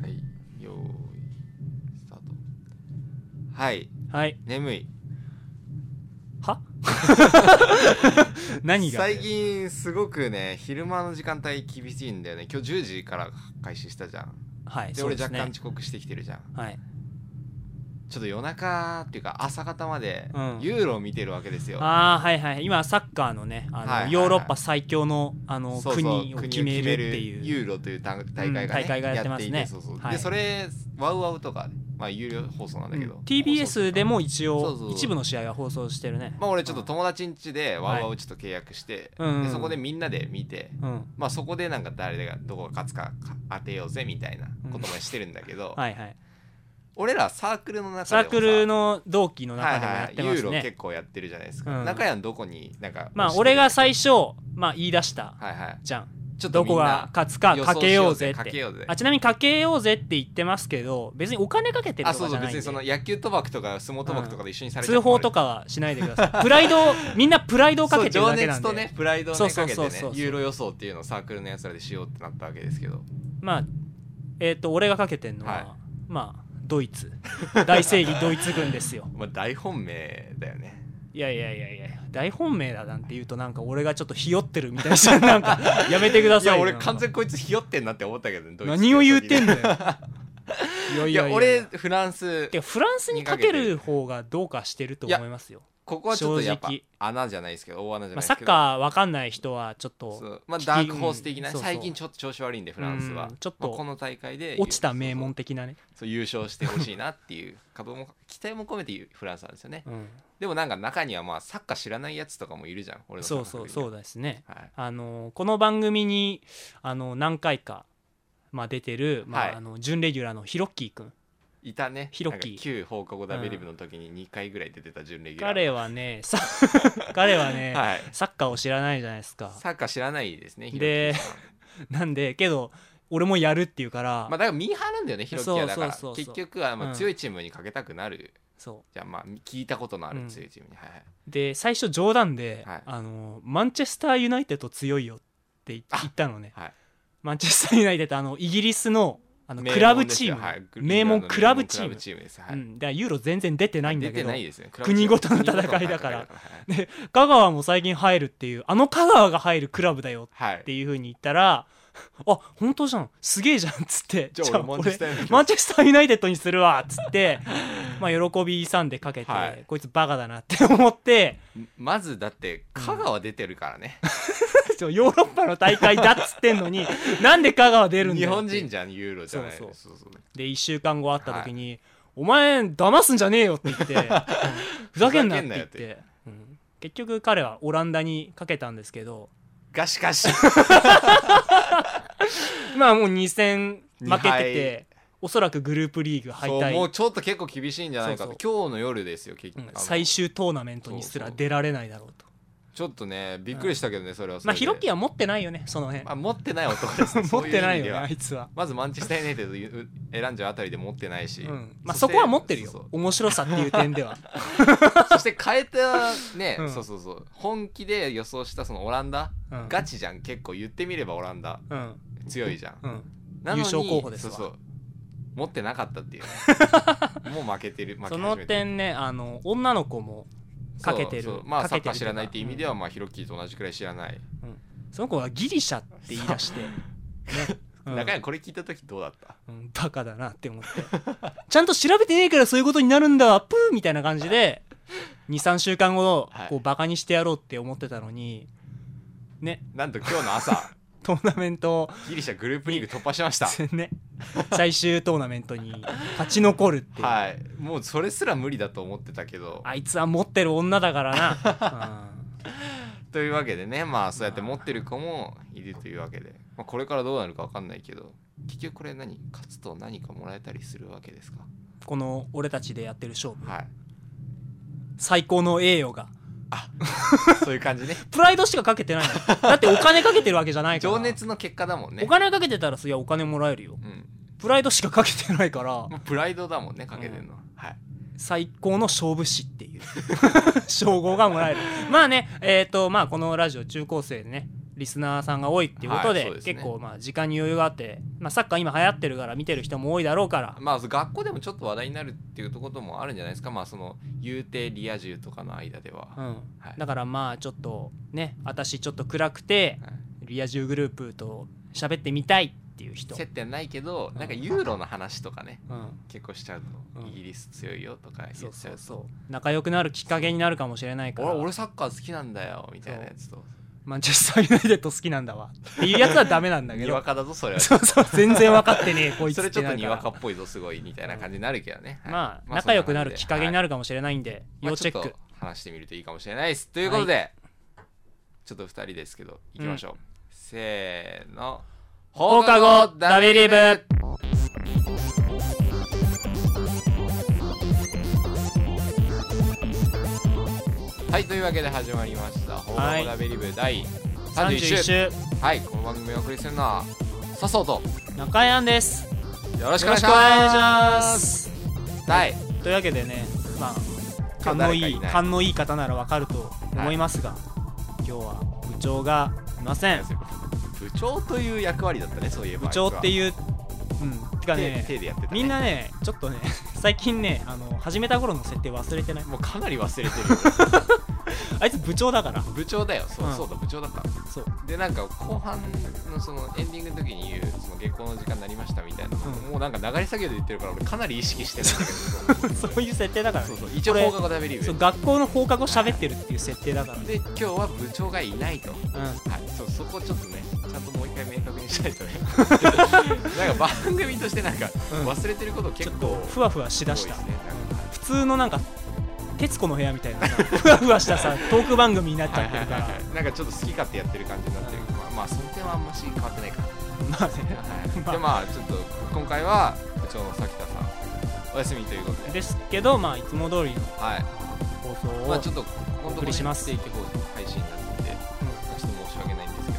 よーいスタートはいはい眠いは 何が最近すごくね昼間の時間帯厳しいんだよね今日10時から開始したじゃんはいでそう俺です若ね干遅刻してきてるじゃんはいちょっと夜中っていうか朝方までうんユーロを見てるわけですよ、ああはいはい今サッカーのねあの、はいはいはいヨーロッパ最強のあのそうそう国を決めるっていうユーロという大会が,、ねうん大会がやってますねやっていてそうそうはいでそれワウワウとか、まあ、有料放送なんだけど、うん TBS でも一応そうそう一部の試合は放送してるねまあ、俺ちょっと友達ん家でワウワウちょっと契約して、うんでそこでみんなで見て、うんまあ、そこでなんか誰がどこが勝つか当てようぜみたいなこともしてるんだけど、はいはい俺らサークルの中でもさサークルの同期のは中いでもやはってい、まユすーね、ロ結構やってるじゃないですか、うん中山どこになんかまあ俺が推して最初まあ言い出したるはいはいじゃんちょっとどみんなこが勝つか予想かけようぜっかけてようぜあちなみにかけようぜって言ってますけど別にお金かけてるあとそかうそじうゃない別んでにその野球賭博とか相撲賭博とかで一緒にされて通報とかはしないでく ださいプライドをみんなプライドをかけてるそうだけ情なん熱で、とねプライドをそねうそかうけそうてそうねユーロ予想っていうのをサークルのやつらでしようってなったわけですけどまあえっ、と俺がかけてるのは、はいまあドイツ大正義ドイツ軍ですよ まあ大本命だよねいやいやいやいや大本命だなんて言うとなんか俺がちょっとひよってるみたいななん かやめてくだいさいやよ俺なんか完全にこいつひよってんなって思ったけどねドイツ何を言ってんのだよいやいいややいや俺フランスてかフランスにかける方がどうかしてると思いますよ、ここはちょっとやっぱ正穴じゃないですけど大穴じゃまあ、ないサですけッどッカーわかんない人はちょっとそうまあダークホース的うなんそうそう最近ちょっと調子悪いんでフランスはうんちょっとまあこの大会で落ちた名門的なね、そう優勝してほしいなっていう株も期待も込めて言うフランスなんですよねうん、でもなんか中にはまあサッカー知らないやつとかもいるじゃん俺のそうそうそううですねはいあのこの番組にあの何回か、まあ、出てる、まあはいあの準レギュラーのヒロッキー君いたねヒロキなんか旧放課後ダベリブの時に2回ぐらい出てた準レギュラー彼はね さ彼はね、はいサッカーを知らないじゃないですかサッカー知らないですねヒロキでさんなんでけど俺もやるっていうかまら、あだからミーハーなんだよねヒロキはだからそうそうそうそう結局はまうんあ強いチームにかけたくなる、そじゃあまあ聞いたことのあうるん強いチームに、はいはいうで最初冗談で、はいあのマンチェスター・ユナイテッド強いよって言あ言ったのねはいマンチェスター・ユナイテッドあのイギリスのあの名門クラブチですーム、よはい名門クラブチー名門クラムブチームです、はいうん、だからユーロ全然出てないんだけ出てどないですね国ごとの戦いだから国ごとの戦いはい香川も最近入るっていうあの香川が入るクラブだよはいっていうふうに言ったら 「あ本当じゃんすげえじゃん」っつって じゃあ俺マンチェスターユナイテッドマンチェスターユナイテッドにするわ」っつ ってまあ喜びさんでかけて、はいこいつバカだなって思 ってまずだって香川出てるからね、ちょヨーロッパの大会だっつってん のになんで香川出るんだ日よ本って人じゃんユーロじゃないそうそうそうで1週間後会った時に「お前騙すんじゃねえよ」って言って 「ふざけんな」って言っふざけんなて、うん結局彼はオランダにかけたんですけどがしかしまあもう2戦負けて二ておそらくグループリーグ敗そうもう退ちょっと結構厳しいんじゃないかとそう今日の夜ですよ結う局、んあの最終トーナメントにすら出られないだろうとちょっとねびっくりしたけどねそれはそまあれでヒロキは持ってないよねその辺まあ持ってない男ですね 持ってな そうう意いよ味でねはあいつは。まずマンチェスター・ユナイテッド選んじゃうあたりで持ってないし、うんましあ、てそこは持ってるよそうそう面白さっていう点で はそして変えたね、うんそうそうそう本気で予想したそのオランダ、うんガチじゃん結構言ってみればオランダうん強いじゃん、うんなのに優勝候補ですわそうそう持ってなかったっていう ねもう負けてる負けそ始のめてる点ねあの女の子もかけてるそうそうまあかサけッてカーる知らないっていう意味では、まあヒロッキーと同じくらい知らない、その子はギリシャって言い出して、ねうん中山これ聞いた時どうだったうんバカだなって思って ちゃんと調べてねえからそういうことになるんだプーみたいな感じで23週間後はいこうバカにしてやろうって思ってたのにねなんと今日の 朝トーナメントギリシャグループリーグ突破しま した戦ね最終トーナメントに勝ち残るっていう、はいもうそれすら無理だと思ってたけどあいつは持ってる女だからな、 というわけでねまあそうやって持ってる子もいるというわけで、まあ、これからどうなるか分かんないけど結局これ何勝つと何かもらえたりするわけですかうんこの俺たちでやってる勝負はい最高の栄誉がそういう感じねプライドしかかけてないのだってお金かけてるわけじゃないか ら情熱の結果だもんねお金かけてたらそりゃお金もらえるようんプライドしかかけてないからまあプライドだもんねかけてるのは、はい最高の勝負師って いう称号がもらえるまあねえっ、とまあこのラジオ中高生でねリスナーさんが多いっていうことで,、はいそうですね結構まあ時間に余裕があって、まあ、サッカー今流行ってるから見てる人も多いだろうからまあ学校でもちょっと話題になるっていうこともあるんじゃないですかまあその言うてリア充とかの間では、うん、はいだからまあちょっとね私ちょっと暗くてはいリア充グループと喋ってみたいっていう人、接点ないけどうんなんかユーロの話とかねうん、結構しちゃうと、うんイギリス強いよとかそ言うっちそゃううとそう仲良くなるきっかけになるかもしれないから俺俺サッカー好きなんだよみたいなやつとマンチェスターユナイテッド好きなんだわっていうやつはダメなん だけにどわかだぞそれはそうそう全然分かってねえこいつそれちょっとにわかっってぽいぞすごいみたいな感じになるけどね、なるからはいまあ仲良くなるきっかけになる、るかもしれないんではいま要あチェッちょっクと話してみるといいかもしれないですということで、ちょっと2人ですけどいきましょう、せーの放課後ダビリブはいというわけで始まりました放課後ダビリブ第31週31週はいこの番組をお送りするのは笹生と中山ですよろしくお願いよろししくお願いしまますすはいというわけでねまあ今日誰か勘のいないい勘のいい方ならわかると思いますが今日は部長がいません部長という役割だったねそういえば部長ってういううんてかね手手でやってた、ね、みんなねちょっとね 最近ねあの始めた頃の設定忘れてないもうかなり忘れてるよ あいつ部長だから部長だよそう,、うんそうだ部長だったそうでなんか後半のそのエンディングの時に言うその下校の時間になりましたみたいな、うんもうなんか流れ作業で言ってるから俺かなり意識してないんだけどそういう設定だからねそうそう一応放課後ダメリそうー学校の放課後喋ってるっていう設定だからねで今日は部長がいないと、はうんい、そうそこちょっとねちゃんともう一回明確にしたい とねなんか番組としてなんかうん忘れてることち結ょっ構とふわふわしだした多いですねなんか普通のなんか「徹子の部屋」みたいなさふわふわし たさトーク番組になっちはゃいっはているかはいらはいなんかちょっと好き勝手やってる感じになってるけど、まあ、まあその点はあんまし変わってないかまあねら、でまあちょっと今回は部長の崎田さんお休みということでですけどまあいつも通りのはい放送を、まあちょっと今お送りします定期配信になってて、ちょっと申し訳ないんですけど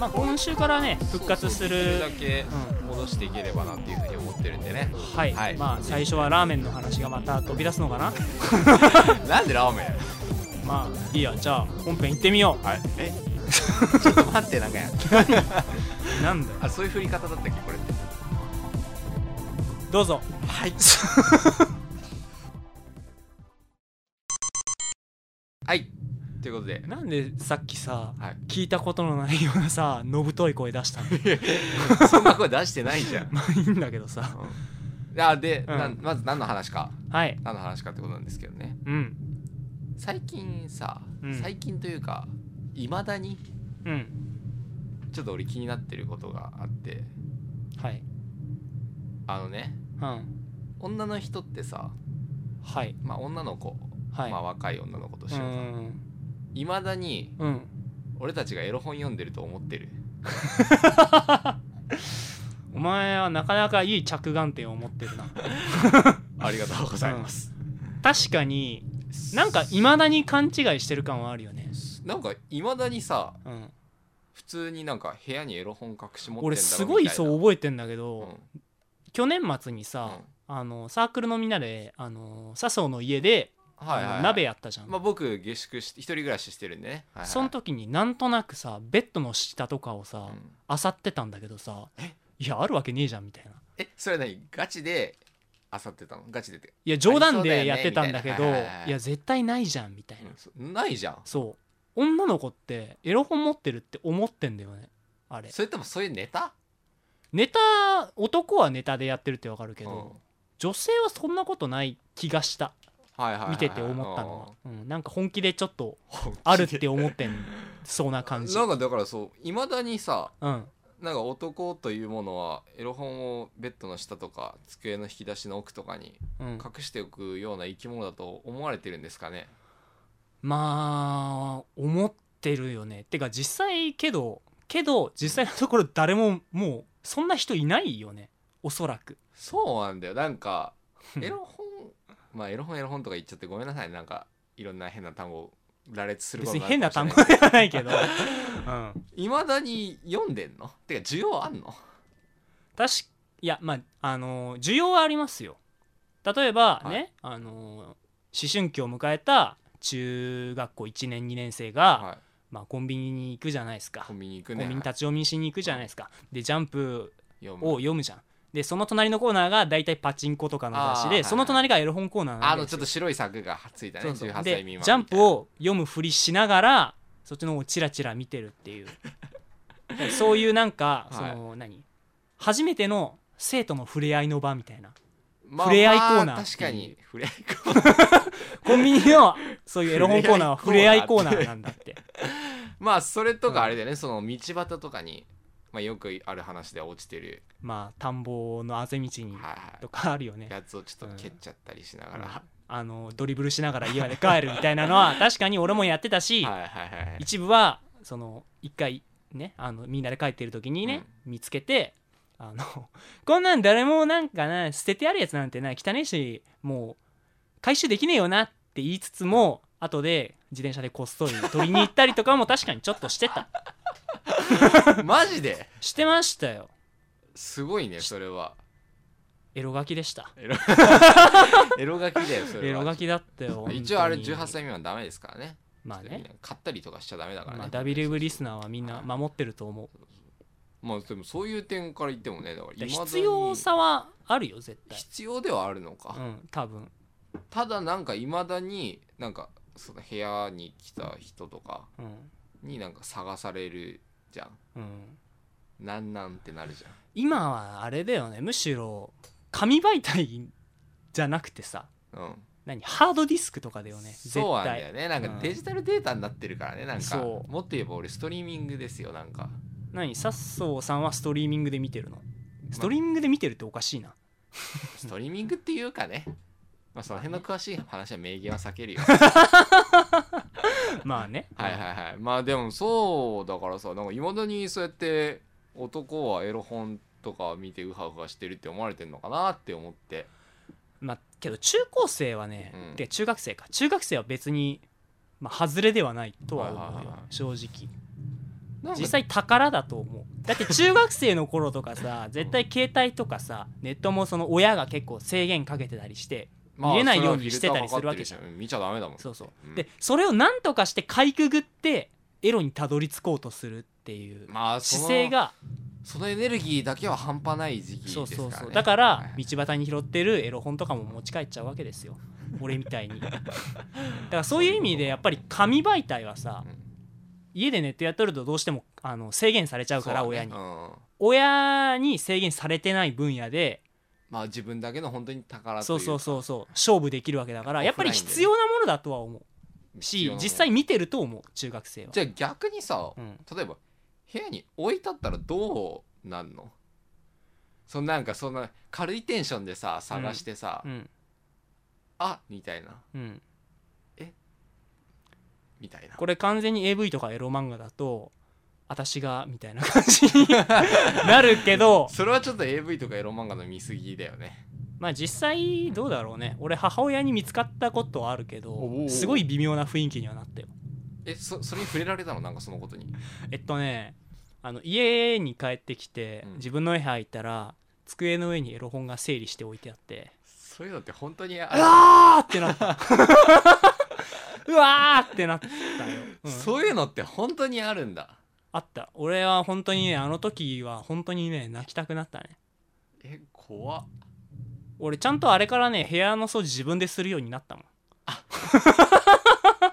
まあ今週からね復活するそうそうできるだけう戻していければなっていうふうに思ってるんで ねはい、はいまあ最初はラーメンの話がまた飛び出すのかななんでラーメンまあいいやじゃあ本編行ってみよはい えちょっと待ってなんかやうなんだよあそういう振り方だったっけこれってどうぞはいはいということで なんでさっきさはい聞いたことのないようなさのぶとい声出したのそんな声出してないじゃん。 まあいいんだけどさあで、うんなんまず何の話かはい何の話かってことなんですけどねうん最近さ、うん最近というかいまだにうんちょっと俺気になってることがあってはいあのねうん女の人ってさはいまあ女の子、はいまあ若い女の子としうてんいまだにうん俺たちがエロ本読んでると思ってるお前はなかなかいい着眼点を持ってる なありがとうございます、確かになんかいまだに勘違いしてる感はあるよねなんかいまだにさうん普通になんか部屋にエロ本隠し持ってんだろ俺すごいそう覚えてんだけうど、ん去年末にさ、あのサークルのみんなであの笹生の家で、はいはいあはのい、鍋やったじゃん、まあ、僕下宿して一人暮らししてるんでね、はいはいその時になんとなくさベッドの下とかをさ、うん漁ってたんだけどさいやあるわけねえじゃんみたいなえそれは何ガチであさってたのガチでって、いや冗談ありでそうだよやっねてたんだけみどたいいなはいはいはいや絶対ないじゃんみたいな、そないじゃんそう女の子ってエロ本持ってるって思ってんだよねあれそれともそういうネタネタ男はネタでやってるってわかるけど、女性はそんなことない気がしたうんはいはいはいはい見てて思ったのは、うん、なんか本気でちょっとうんあるって思ってん そうな感じ なんかだからそういまだにさうんなんか男というものはエロ本をベッドの下とか机の引き出しの奥とかにうん、隠しておくような生き物だと思われてるんですかねまあ思ってるよねてか実際けどけど実際のところ誰ももうそんな人いないよねおそらくそうなんだよなん かうんエロ本まあエロ本エロ本とか言っちゃってごめんなさいなんかいろんな変な単語を羅列するこ別とに変な単語いではないけ ど、うん、まだに読んでんのてか需要あんの確かいやまああのー需要はありますよ例えばはいね、あのー思春期を迎えた中学校1年2年生が、はまあ、コンビニに行くじゃないですかコンビニ行コくンねビニ立ち読みしに行くじゃないですかでジャンプ読むを読むじゃんでその隣のコーナーが大体パチンコとかの雑誌あーはいでその隣がエロ本コーナーなあんのですちょよっと白い柵がついたねそうそう18歳で未満みたいなジャンプを読むふりしながらそっちの方をチラチラ見てるっ ていうそういうなんかそはいの何初めての生徒の触れ合いの場みたいなまあ触れ合いコーナーまあ確かに触れ合いコーナーコンビ ニのそういうエロ本コーナーは触触れれ合合いいココーーナナーーなんだって まあそれとかあれだよね、その道端とかに、まあ、よくある話では落ちてる、まあ田んぼのあぜ道にはいはいとかあるよねやつをちょっと蹴っちゃったりしながら、はあのドリブルしながら家まで帰るみたいなのは確かに俺もやってたし、いはいはい一部はその一回ねあのみんなで帰ってる時にね、見つけてあの こんなん誰もなんかな捨ててあるやつなんてな汚いしもう回収できねえよなって言いつつも後で自転車でこっそり取りに行ったり とかも確かにちょっとしてたマジでしてましたよすごいねそれはエロ書きでしたエロエロ書きだよそエれロ書はきだったよ一応あれ18歳歳未満ダメですからねまあね買ったりとかしちゃダメだからね、まあ、ダビリブリスナーはみんなはい守ってると思うまあでもそういう点から言ってもねだからだ未かだにら必要さはあるよ絶対必要ではあるのか、うん多分ただなんかいまだになんかその部屋に来た人とかうん、になんか探されるじゃんうん、なんなんってなるじゃん今はあれだよねむしろ紙媒体じゃなくてさうん、何ハードディスクとかだよね絶対そうなんだよねなんうんかデジタルデータになってるからねなんかそもっうと言えば俺ストリーミングですよなんか何さっそうさんはストリーミングで見てるのストリーミングで見てるっておかしいなストリーミングっていうかねまあその辺の詳しい話は明言は避けるよまあねはいはいはいまあでもそうだからさなんかいまだにそうやって男はエロ本とか見てウハウハしてるって思われてんのかなって思ってまあけど中高生はね、うんてか中学生か中学生は別にまあ外れではないとは思うよ、はいはいはい正直なんか実際宝だと思うだって中学生の頃とかさ絶対携帯とかさネットもその親が結構制限かけてたりして見えないようにしてたりするわけじゃまあそれはフィルターかんかってるし見ちゃダメだもんそうそう、うんでそれをなんとかしてかいくぐってエロにたどり着こうとするっていうまあその姿勢がそのエネルギーだけは半端ない時期ですかそうら、ね、そうそうだかはいらはい道端に拾ってるエロ本とかも持ち帰っちゃうわけです よ俺みたいにだからそういう意味でやっぱり紙媒体はさうん家でネットやっとるとどうしてもあの制限されちゃうからそう親だねにうん親に制限されてない分野でまあ自分だけの本当に宝とそいううそうそうそう勝負できるわけだからオフラインでやっぱり必要なものだとは思う必し要なもの実際見てると思う中学生はじゃあ逆にさうん例えば部屋に置いてあったらどうなんのそんなんかそんな軽いテンションでさ探してさ、うんあみたいなうんみたいなこれ完全に AV とかエロ漫画だと私がみたいな感じに なるけどそれはちょっと AV とかエロ漫画の見過ぎだよねまあ実際どうだろうね俺母親に見つかったことはあるけおどおすごい微妙な雰囲気にはなったよえそそれに触れられたのなんかそのことにえっとねあの家に帰ってきてうん自分の部屋入ったら机の上にエロ本が整理して置いてあってそういうのって本当にうあ、わーってなった うわーってなったよ、うんそういうのって本当にあるんだあった俺は本当にねあの時は本当にね泣きたくなったねえ怖っ俺ちゃんとあれからね部屋の掃除自分でするようになったもん、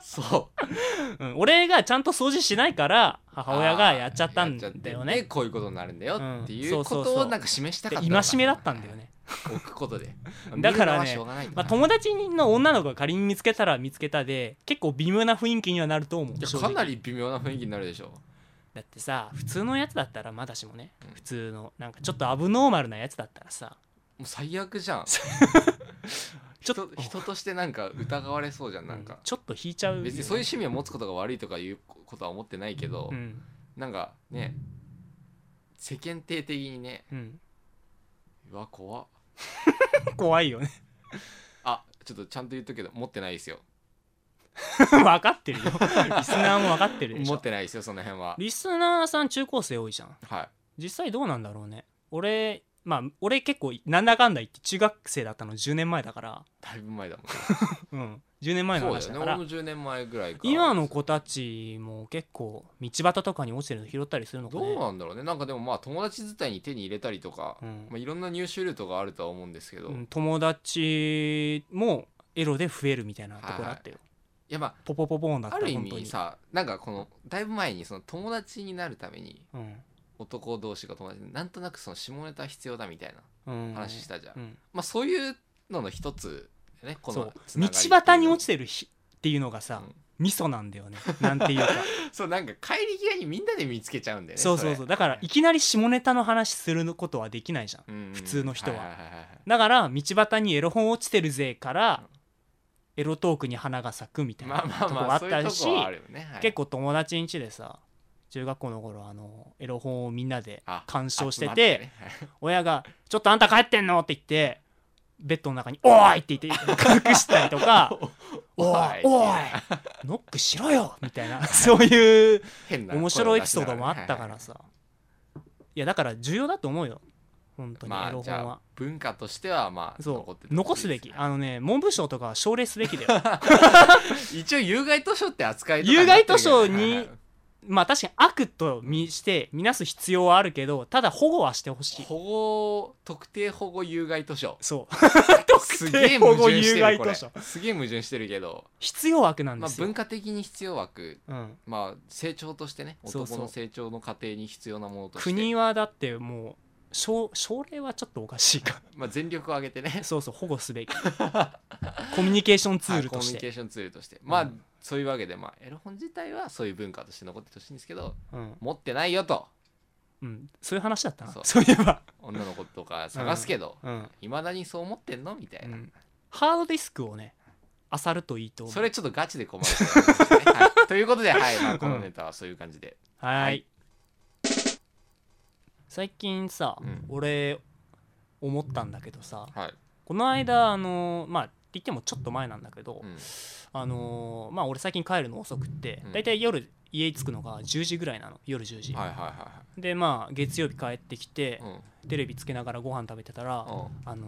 そううん、俺がちゃんと掃除しないから 母親がやっちゃったあんーやっちだゃよってねこういうことになるんだようんっていそううそこうそうとをなんか示したかでったの戒めだったんだよね、置くことでだからね見るのはしょうがないんだまあ、な友達の女の子が仮に見つけたら見つけたで結構微妙な雰囲気にはなると思いうや正か直なり微妙な雰囲気になるでしょだってさ普通のやつだったらまだしもねうん普通のなんかちょっとアブノーマルなやつだったらさもう最悪 じゃんちょっと人人としてなんか疑われそうじゃんなんうんか、ちょっと引いちゃうよね別にそういう趣味を持つことが悪いとかいうことは思ってないけど、うんなんかね世間体的にねうんうわ怖っ怖いよねあちょっとちゃんと言っとくけど持ってないですよ 分かってるよリスナーも分かってるでし持っょてないですよその辺はリスナーさん中高生多いじゃんはい実際どうなんだろうね俺まあ俺結構なんだかんだ言って中学生だったの10年前だから、だいぶ前だもんうん、10年前の話そうだよねだか俺らも10年前ぐらいから今の子たちも結構道端とかに落ちてるの拾ったりするのかどうねなんだろうねなんかでもまあ友達自体に手に入れたりとか、うんまあ、いろんな入手ルートがあるとは思うんですけど、ういん友達もエロで増えるみたいなところあったよ、やまポポポポーンだあったある意本当味にさなんかこのだいぶ前にその友達になるためにうん男同士が友達になんとなくその下ネタ必要だみたいうんな話したじゃん、うん、まあそういうのの一つだよねこそのう道端に落ちてる日っていうのがさ、うんミソなんだよねなんていうかて そうなんか帰り際にみんなで見つけちゃうんだよねそうそうそうだからいきなり下ネタの話することはできないじゃん普普通の人ははいはいはいはいだから道端にエロ本落ちてるぜからうんエロトークに花が咲くみたいなまあとまあこまああっそういうたとしこはあるよね、はい結構友達ん家でさ中学校の頃あのエロ本をみんなであ鑑賞して集まってねはい親が「ちょっとあんた帰ってんの?」って言ってベッドの中に「おい!」って言って隠したりと か「おいおいノックしろよ!」みたいな そういう変な面白いエピソードもあったか声をら出しさいやだから重要だと思うよ本当にながらねはいはいまあエロじゃ本あは文化としてはまあそってう残すべきあのね文部省とかは奨励すべきだ よ一応有害図書って扱いとか有害図書になってるけどねまあ確かに悪と見して見なす必要はあるけどただ保護はしてほしい保護特定保護有害図書そうす特げえ定矛保護盾し有てる害こ図れ書すげえ矛盾してるけど必要悪なんまであすよ、文化的に必要枠うん、まあ成長としてねそうそう男の成長の過程に必要なものとして国はだってもう奨奨励はちょっとおかしいか まあ全力を挙げてねらそうそう保護す べきコミュニケーション ツールはいとコミュニしケて、ーションツールとしてまあ、うんそういうわけでまあエロ本自体はそういう文化として残ってほしいんですけどうん持ってないよとうん、そういう話だったなそうそういえ ば、女の子とか探すけどうんいま、未だにそう思ってんのみたいな、うんハードディスクをね漁るといいと思うそれちょっとガチで 困るところですね、はいということで、はいまあ、このネタはそういう感じで、はいはい最近さ、うん俺思ったんだけどさはいこの間あのーまあって言ってもちょっと前なんだけど、うんあのーまあ俺最近帰るの遅くって、うんだいたい夜家着くのが10時ぐらいなの夜10時、はいはいはでまあ月曜日帰ってきてい、はい、テレビつけながらご飯食べてたら、うあのー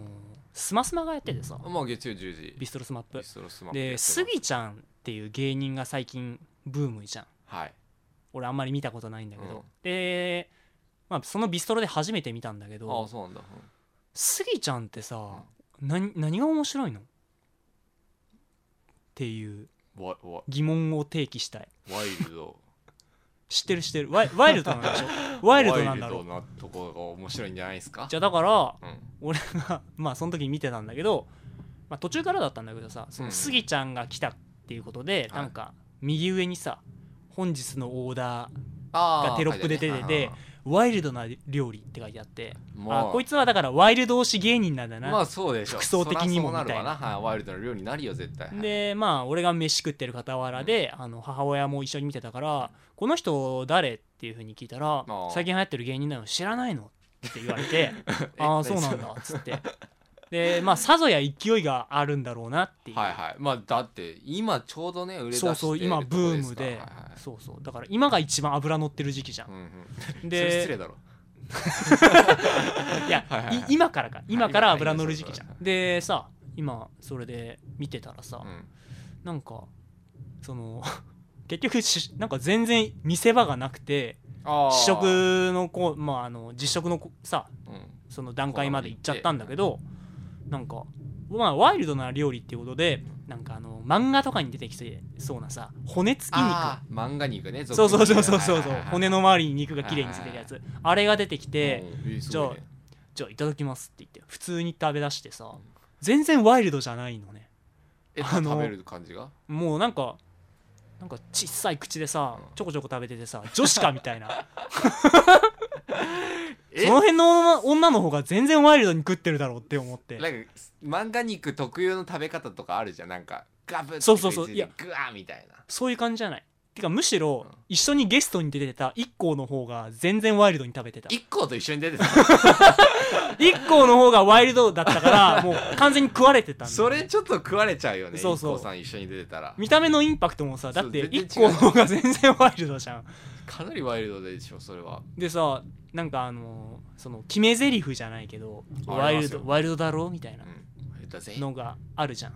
スマスマがやっててさ、んうん、まあ月曜10時ビストロスマップビストロスマップやってでますスギちゃんっていう芸人が最近ブームじゃんはい俺あんまり見たことないんだけど、うんで、まあ、そのビストロで初めて見たんだけああどそうなんだ、スギちゃんってさ何何が面白いのっていううん、ワワ疑問を提起したいワイルド知ってる知ってるワイワイルドなんで しょ ワイルドなんだろワうイルドなとこが面白いんじゃないですかじゃあだから うん、俺がまあその時見てたんだけど、まあ、途中からだったんだけどさそうんうのんスギちゃんが来たっていうことで、はいなんか右上にさ本日のオーダーあーがテロップで出はてていはいはいワイルドな料理って書いてあって、まああこいつはだからワイルド推し芸人なんだな、まあそうでしょ服装的にもそらそうなるわみな、はい、ワイルドの量になるよ絶対 でまあ俺が飯食ってる傍らで、あの母親も一緒に見てたから「この人誰?」っていうふうに聞いたらあ「最近流行ってる芸人なの知らないの?」って言われ て「ああそうなんだ」っつってでまあさぞや勢いがあるんだろうなっていう、はいはいまあだって今ちょうどね売れ出してそうそう今るブとこーでムすかで、らはいはいそうそうだから今が一番脂乗ってる時期じゃうんん、で失礼でだろいや、はいはいはいい今からか今から脂乗る時期じゃはいんでさ今それで見てたらさ、うんなんかその 結局しなんか全然見せ場がなくてあー試食のこうまああの実食のこさうんその段階まで行っちゃったんだけどなんか、まあ、ワイルドな料理っていうことでなんかあの漫画とかに出てきてそうなさ骨付き肉あー漫画肉ねそうそうそうそうそうそう骨のの周りに肉がきれいについてるやつあれが出てきてじゃあじゃあいただきますって言って普通に食べ出してさ全然ワイルドじゃないのねえあの食べる感じがもうなんかなんか小さい口でさうんちょこちょこ食べててさ 女子かみたいなえその辺の女の方が全然ワイルドに食ってるだろうって思ってなんか漫画肉特有の食べ方とかあるじゃんなんかガブッてそうそうそう食いついやてグワーみたいなそういう感じじゃないてかむしろうん一緒にゲストに出てた IKKO の方が全然ワイルドに食べてた一個と一緒に出てた IKKO の方がワイルドだったか らもう完全に食われてたんだよそれちょっと食われちゃうよねそうそう一個さん一緒に出てたら見た目のインパクトもさだってそう全然違 IKKO うの方が全然ワイルドじゃんかなりワイルドでしょそれはでさなんかあのその決め台詞じゃないけどあワりイまルすよドワイルドだろみたいなうん言ったぜのがあるじゃんん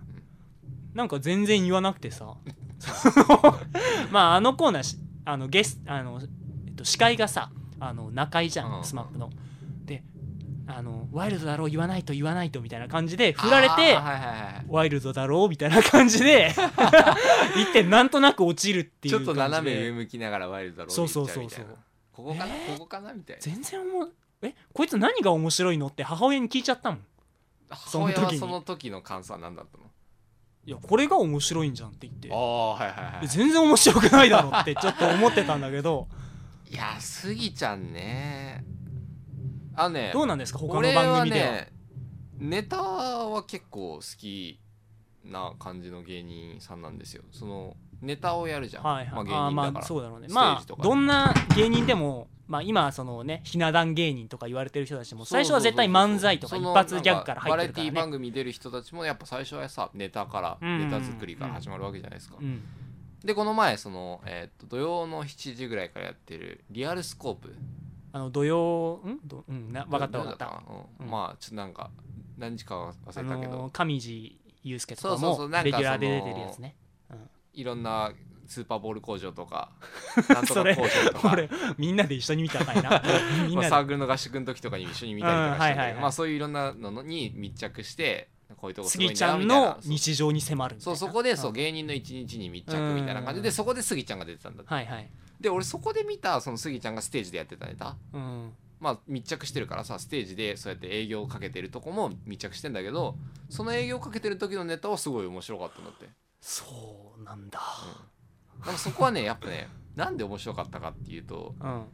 なんか全然言わなく てさそのまああのコーナーしあのゲスあの、えっと、司会がさあの中居じゃうんんスマップのであの「ワイルドだろう言わないと言わないと」みたいな感じで振られてあーはいはいはいワイルドだろうみたいな感 じで一点なんとなく落ちるっていうちょっと感じ斜でめ上向きながらワイルドだろそうそうそう言っちゃみたいなそうここかな、えーここかなみたいな全然おもえこいつ何が面白いのって母親に聞いちゃったもん母その時親にはその時の感想は何だったのいやこれが面白いんじゃんって言ってああーはいはいはい全然面白くないだろってちょっと思ってたんだけどいやスギちゃんねあのねどうなんですか他の俺番は組ではねネタは結構好きな感じの芸人さんなんですよそのネタをやるじゃん、はいまあ、はい、芸あ人ーだまかあらそうだろうスねテーまジとかあねどんな芸人でもまあ今そのねひな壇芸人とか言われてる人たちも最初は絶対漫才とかそ一の発ギャグから入ってるなかんバラエティら番ね組出る人たちもやっぱ最初はさネタからうネんタ作りから始まるわけじゃないですか、うんでこの前その、えーっと土曜の7時ぐらいからやってるリアルスコープあの土曜んどうんな分かったど分かっどうただかなうんうんまあちょっとなんか何時かは忘あれたけど、のー上地雄介とかそうそうそうもなんかレギュラーでそ出のてるやつねいろんなスーパーボール工場と かなんとかそれ工場とかこれみんなで一緒に見たかいなみん まあ、なサでークルの合宿の時とかに一緒に見たりとかして、うんはいはいはいまあそういういろんなのに密着してこういうとこすごい杉んちだゃなんみたいなの日常に迫るみたそいうなそうそこでそう、ん芸人の一日に密着みたいな感じで、うんそこでスギちゃんが出てたんだってはいはいで俺そこで見たそのスギちゃんがステージでやってたネタうんまあ密着してるからさステージでそうやって営業をかけてるとこも密着してんだけどその営業をかけてる時のネタはすごい面白かったんだってそうなんだなんかそこはねやっぱねなんで面白かったかっていうとうん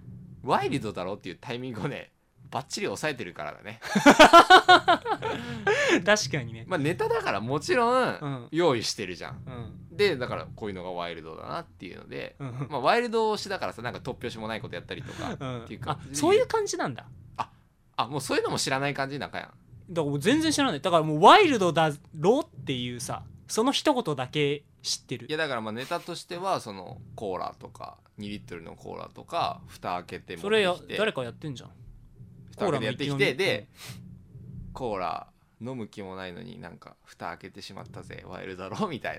ワイルドだろっていうタイミングをねバッチリ抑えてるからだね確かにねまあネタだからもちろうんん用意してるじゃん。うんでだからこういうのがワイルドだなっていうので、うんまあ、ワイルド推しだからさなんか突拍子もないことやったりと かうんっていうあかそういう感じなんだあもうそういうのも知らない感じなんかやん。だからもう全然知らないだからもうワイルドだろっていうさその一言だけ知ってるいやだからまあネタとしてはそのコーラとか2リットルのコーラとか蓋開けて持それやってきて誰かやってんじゃん蓋開けてやってきてコーラの勢いでコーラ飲む気もないのになんか蓋開けてしまったぜワイルドだろみたい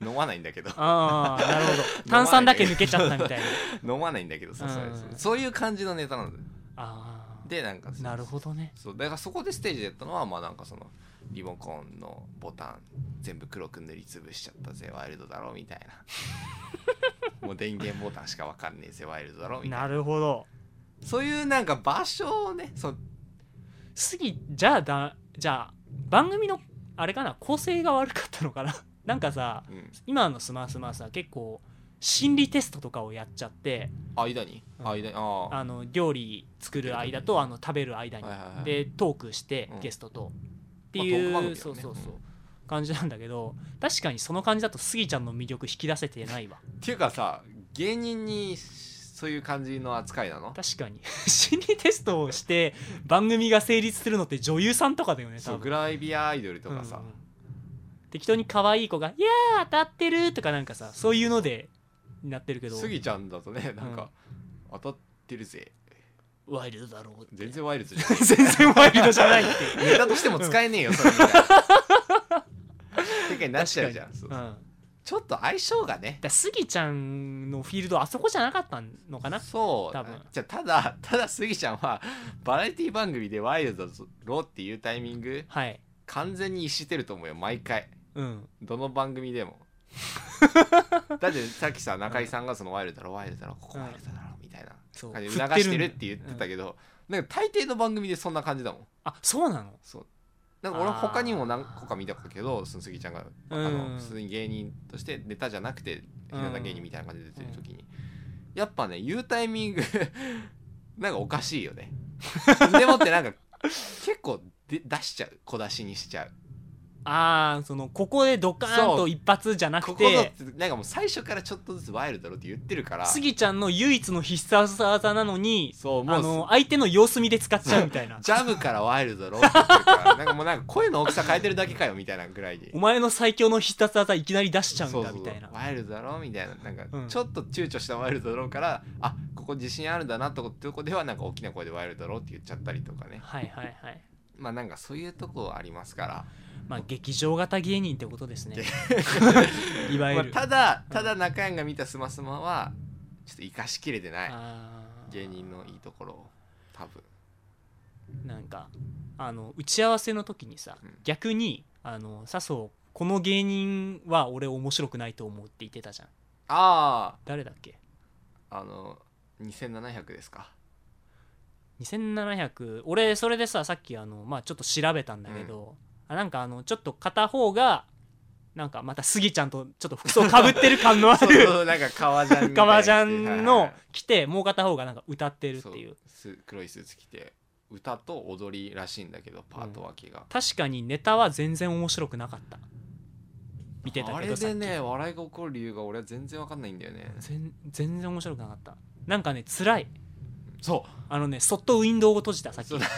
な飲まないんだけどああなるほ ど炭酸だけ抜けちゃったみたいな飲まないんだけどさそれうんそういう感じのネタなんだよあでなんかあなるほどねそうだからそこでステージでやったのはまあなんかそのリモコンのボタン全部黒く塗りつぶしちゃったぜワイルドだろみたい なもう電源ボタンしかわかんねえぜワイルドだろみたいななるほどそういうなんか場所をねそう次じゃあだじゃあ番組のあれかな構成が悪かったのかななんかさうん今のスマスマさ結構心理テストとかをやっちゃって間にうん間にああの料理作る間とあの食べる間にはいはいはいでトークしてうんゲストとってまあいトーク番組だようねそうそうそうう感じなんだけど確かにその感じだとスギちゃんの魅力引き出せてな いわあっていうかさ芸人にそういう感じの扱いなの確かに 心理テストをして番組が成立するのって女優さんとかだよねそ多う分グラビアアイドルとかさうんうん適当に可愛い子が「いやー当たってる!」とかなんかさそういうのでなってるけどスギちゃんだとねなんか当たってるぜワイルドだろうって全然ワイルドじゃない 全然ワイルドじ ゃないっていうネタとしても使えねえよ、それみたいな。世間になっちゃうじゃん。そう確かにうんちょっと相性がね。だスギちゃんのフィールドあそこじゃなかったのかなそう。多分じゃあただ、ただスギちゃんは、バラエティ番組でワイルドだろっていうタイミング、はい完全に逸してると思うよ、毎回。うんどの番組で も。だってさっきさ、中居さんがそのワイルドだろ、ワイルドだろ、ここワイルドだろ、みたいなそう感じ振でっ流してるんだって言ってたけど、なんか大抵の番組でそんな感じだもん。あそうなのそうなんか俺は他にもあー何個か見たけどその杉ちゃんが、うんあの普通に芸人としてネタじゃなくてひうんなた芸人みたいな感じで出てる時に、やっぱね言うタイミング なんかおかしいよ ねでもってなんか結構で出しちゃう小出しにしちゃうああそのここでドカーンそとう一発じゃなこくこぞっててなんかもう最初からちょっとずつワイルドだろって言ってるからスギちゃんの唯一の必殺技なのにそうもうあの相手の様子見で使っちゃうみ たいなジャムからワイルドだろって言ってるからなんかもうなんか声の大きさ変えてるだけかよみたいなぐらいにお前の最強の必殺技いきなり出しちゃうんそうそだうみたいなワイルドだろみたいななんかうんちょっと躊躇したワイルドだろうから、あここ自信あるんだなとこってとこではなんか大きな声でワイルドだろうって言っちゃったりとかねはいはいはいまあなんかそういうとこありますからまあ劇場型芸人ってことです ねいわゆまある、ただただ中山が見たスマスマはちょっと生かしきれてないあー芸人のいいところを多分なんかあの打ち合わせの時にさ、うん逆にあの笹生この芸人は俺面白くないと思うって言ってたじゃんあ誰だっけああの2700です か2700俺それでささっきあの、まあ、ちょっと調べたんだけど、あなんかあのちょっと片方がなんかまたスギちゃんとちょっと服装かぶってる感のあそうそるうなんか革ジャンみたいな革やつジでャはいンはいはいの着てもう片方がなんか歌ってるっていうそうす黒いスーツ着て歌と踊りらしいんだけどパート分けが、確かにネタは全然面白くなかった見てたあけれどさでね笑いが起こる理由が俺は全然わかんないんだよね全全然面白くなかったなんかね辛いそあのねそっとウィンドウを閉じたさっきそうだ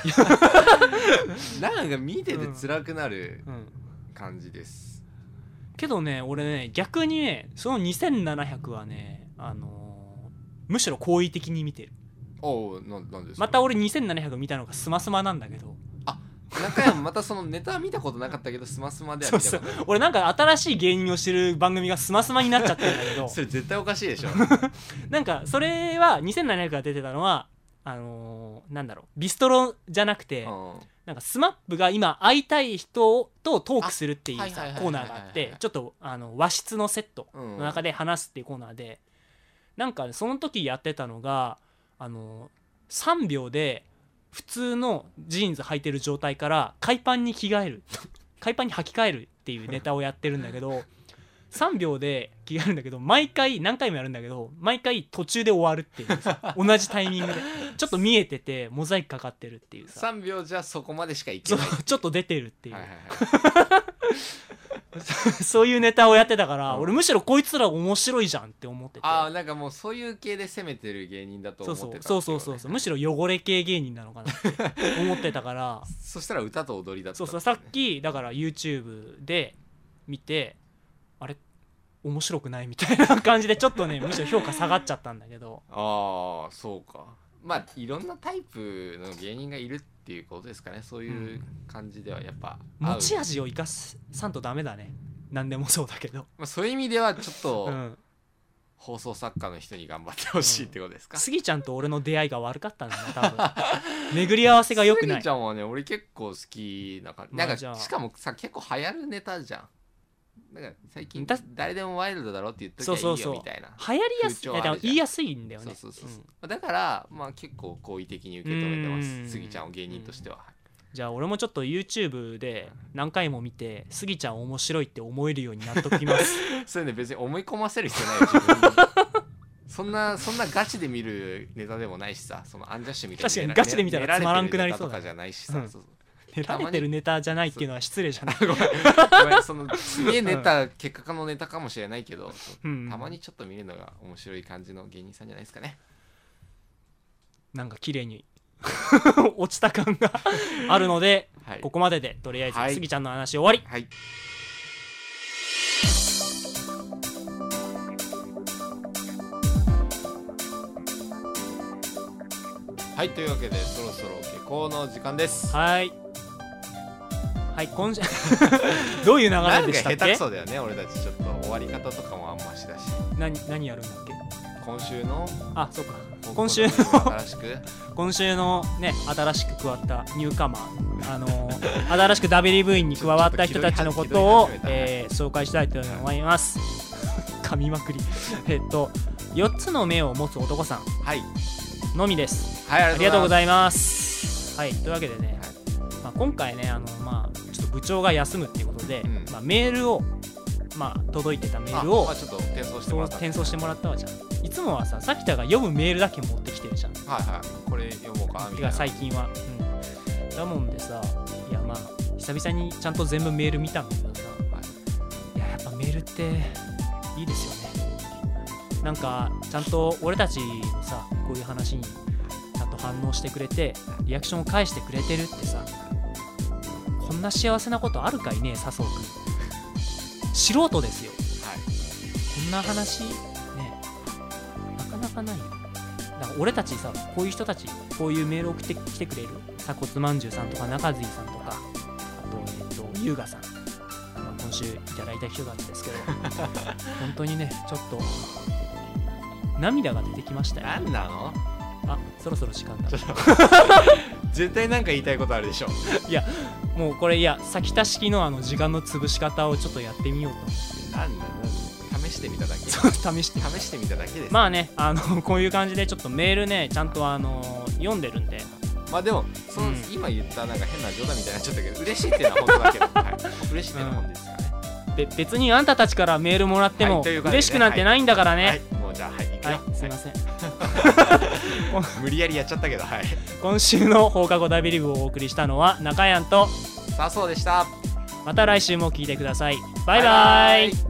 うなんか見てて辛くなる うん、感じです、けどね俺ね逆にねその2700はねあのーむしろ好意的に見てるおおななんですかまた俺2700見たのがスマスマなんだけど中山またそのネタは見たことなかったけどスマスマではそう見たそこうとない俺なんか新しい芸人をしてる番組がスマスマになっちゃってるんだ けどそれ絶対おかしいでしょなんかそれは2700が出てたのはあのーなんだろうビストロじゃなくて、うんなんかスマップが今会いたい人とトークするっていうあはいはいさはいはいコーナーがあってちょっとあの和室のセットうんの中で話すっていうコーナーでなんかその時やってたのがあの3秒で普通のジーンズ履いてる状態から海パンに着替える 海パンに履き替えるっていうネタをやってるんだ けど3秒で着替えるんだけど毎回何回もやるんだけど毎回途中で終わるってい うさ同じタイミングでちょっと見えててモザイクかかってるっていうさ3秒じゃそこまでしかいけそない、う ちょっと出てるっていう、はいはいはい、 そういうネタをやってたから、うん俺むしろこいつら面白いじゃんって思っててああなんかもうそういう系で攻めてる芸人だと思そうってたそんうですけどそねうそうそうそうむしろ汚れ系芸人なのかなって思ってたから そしたら歌と踊りだったそんうですそね、うさっきだから YouTube で見てあれ面白くないみたいな感じでちょっ とねむしろ評価下がっちゃったんだけどああそうかまあいろんなタイプの芸人がいるっていうことですかねそういううん感じではやっぱ合う持ち味を生かすさんとダメだね何でもそうだけど、まあ、そういう意味ではちょっうとん、放送作家の人に頑張ってほしいってことですか、スギちゃんと俺の出会いが悪かったんだ な多分巡り合わせが良くなスいギちゃんはね俺結構好きな感じまなあんかじゃあしかもさ結構流行るネタじゃんなんか最近だ誰でもワイルドだろって言っときゃそうそういいそうよみたいな流行りや風すい潮いあるじやでゃんも言いやすいんだよそうねそうそううそうんだからまあ結構好意的に受け止めてまうんすスギちゃんを芸人としてはじゃあ俺もちょっと YouTube で何回も見てスギちゃん面白いって思えるようになっときます それね別に思い込ませる必要ないよ自分にそんなそんなガチで見るネタでもないしさそのアンジャッシュみたいな確かにガチで見たらつまらんくなりそうとだかじゃないしさ、うんそうそう出られてるネタじゃないっていうのは失礼じゃない、ごめんそのすげえネタ、結果のネタかもしれないけどそううん、たまにちょっと見るのが面白い感じの芸人さんじゃないですかねなんか綺麗に落ちた感があるので はいここまででとりあえはいずスギちゃんの話終わりはいはいというわけでそろそろ下校の時間ですはいはい今週 どういう流なんれでかした下っ手くけそだよね俺たちちょっと終わり方とかもあんましだし何何やるんだっけ今週のあそうか今週の新しく今週のね新しく加わったニューカマー、あのー新しく WV に加わった人たちのことちょっと気を取り始め、たねえー紹介したいと思います噛みまくりえっと4つの目を持つ男さんはいのみですはいあありりががとうとうごございざいますはいというわけでね、まあ、今回ねあの、まあ、ちょっと部長が休むっていうことで、うんまあ、メールを、まあ、届いてたメますールをあまあちょっと転送してそもうらった転送してもらったわじゃんいつもはささきたが読むメールだけ持ってきてるじゃんはいはいこれ読もうかみてたいかな最近は、うん、だもんでさいやまあ久々にちゃんと全部メール見たんだけどさはいいややっぱメールっていいですよねなんかちゃんと俺たちのさこういう話にちゃんと反応してくれてリアクションを返してくれてるってさこんな幸せなことあるかいね笹生君素人ですよこんな話ねなかなかないよだから俺たちさこういう人たちこういうメール送ってきてくれる鎖骨まんじゅうさんとか中津井さんとかあと,、えっと優雅さん、まあ今週いただいた人なんです けど本当にねちょっと涙が出てきましたよはい、なんなのあそろそろ時間だ絶対なんか言いたいことあるでしょもうこれいや先足式のあの時間の潰し方をちょっとやってみようと思ってなんなの試してみただけそう試して試してみただけです、ままあねあのこういう感じでちょっとメールねちゃんとあの読んでるんであでもその、うん今言ったなんか変な冗談みたいになっちゃったけど嬉しいっていうのは本当 だけど、はい、嬉しいっていうのは本当ですからね、べ別にあんたたちからメールもらってはもいということでね嬉しくなんてないんだからはねい、もうじゃあはい行くよ、はい、すいはません、い無理やりやっちゃったけどはい今週の放課後ダビリブをお送りしたのは中やんとさあそうでしたまた来週も聞いてくださいバイバイイ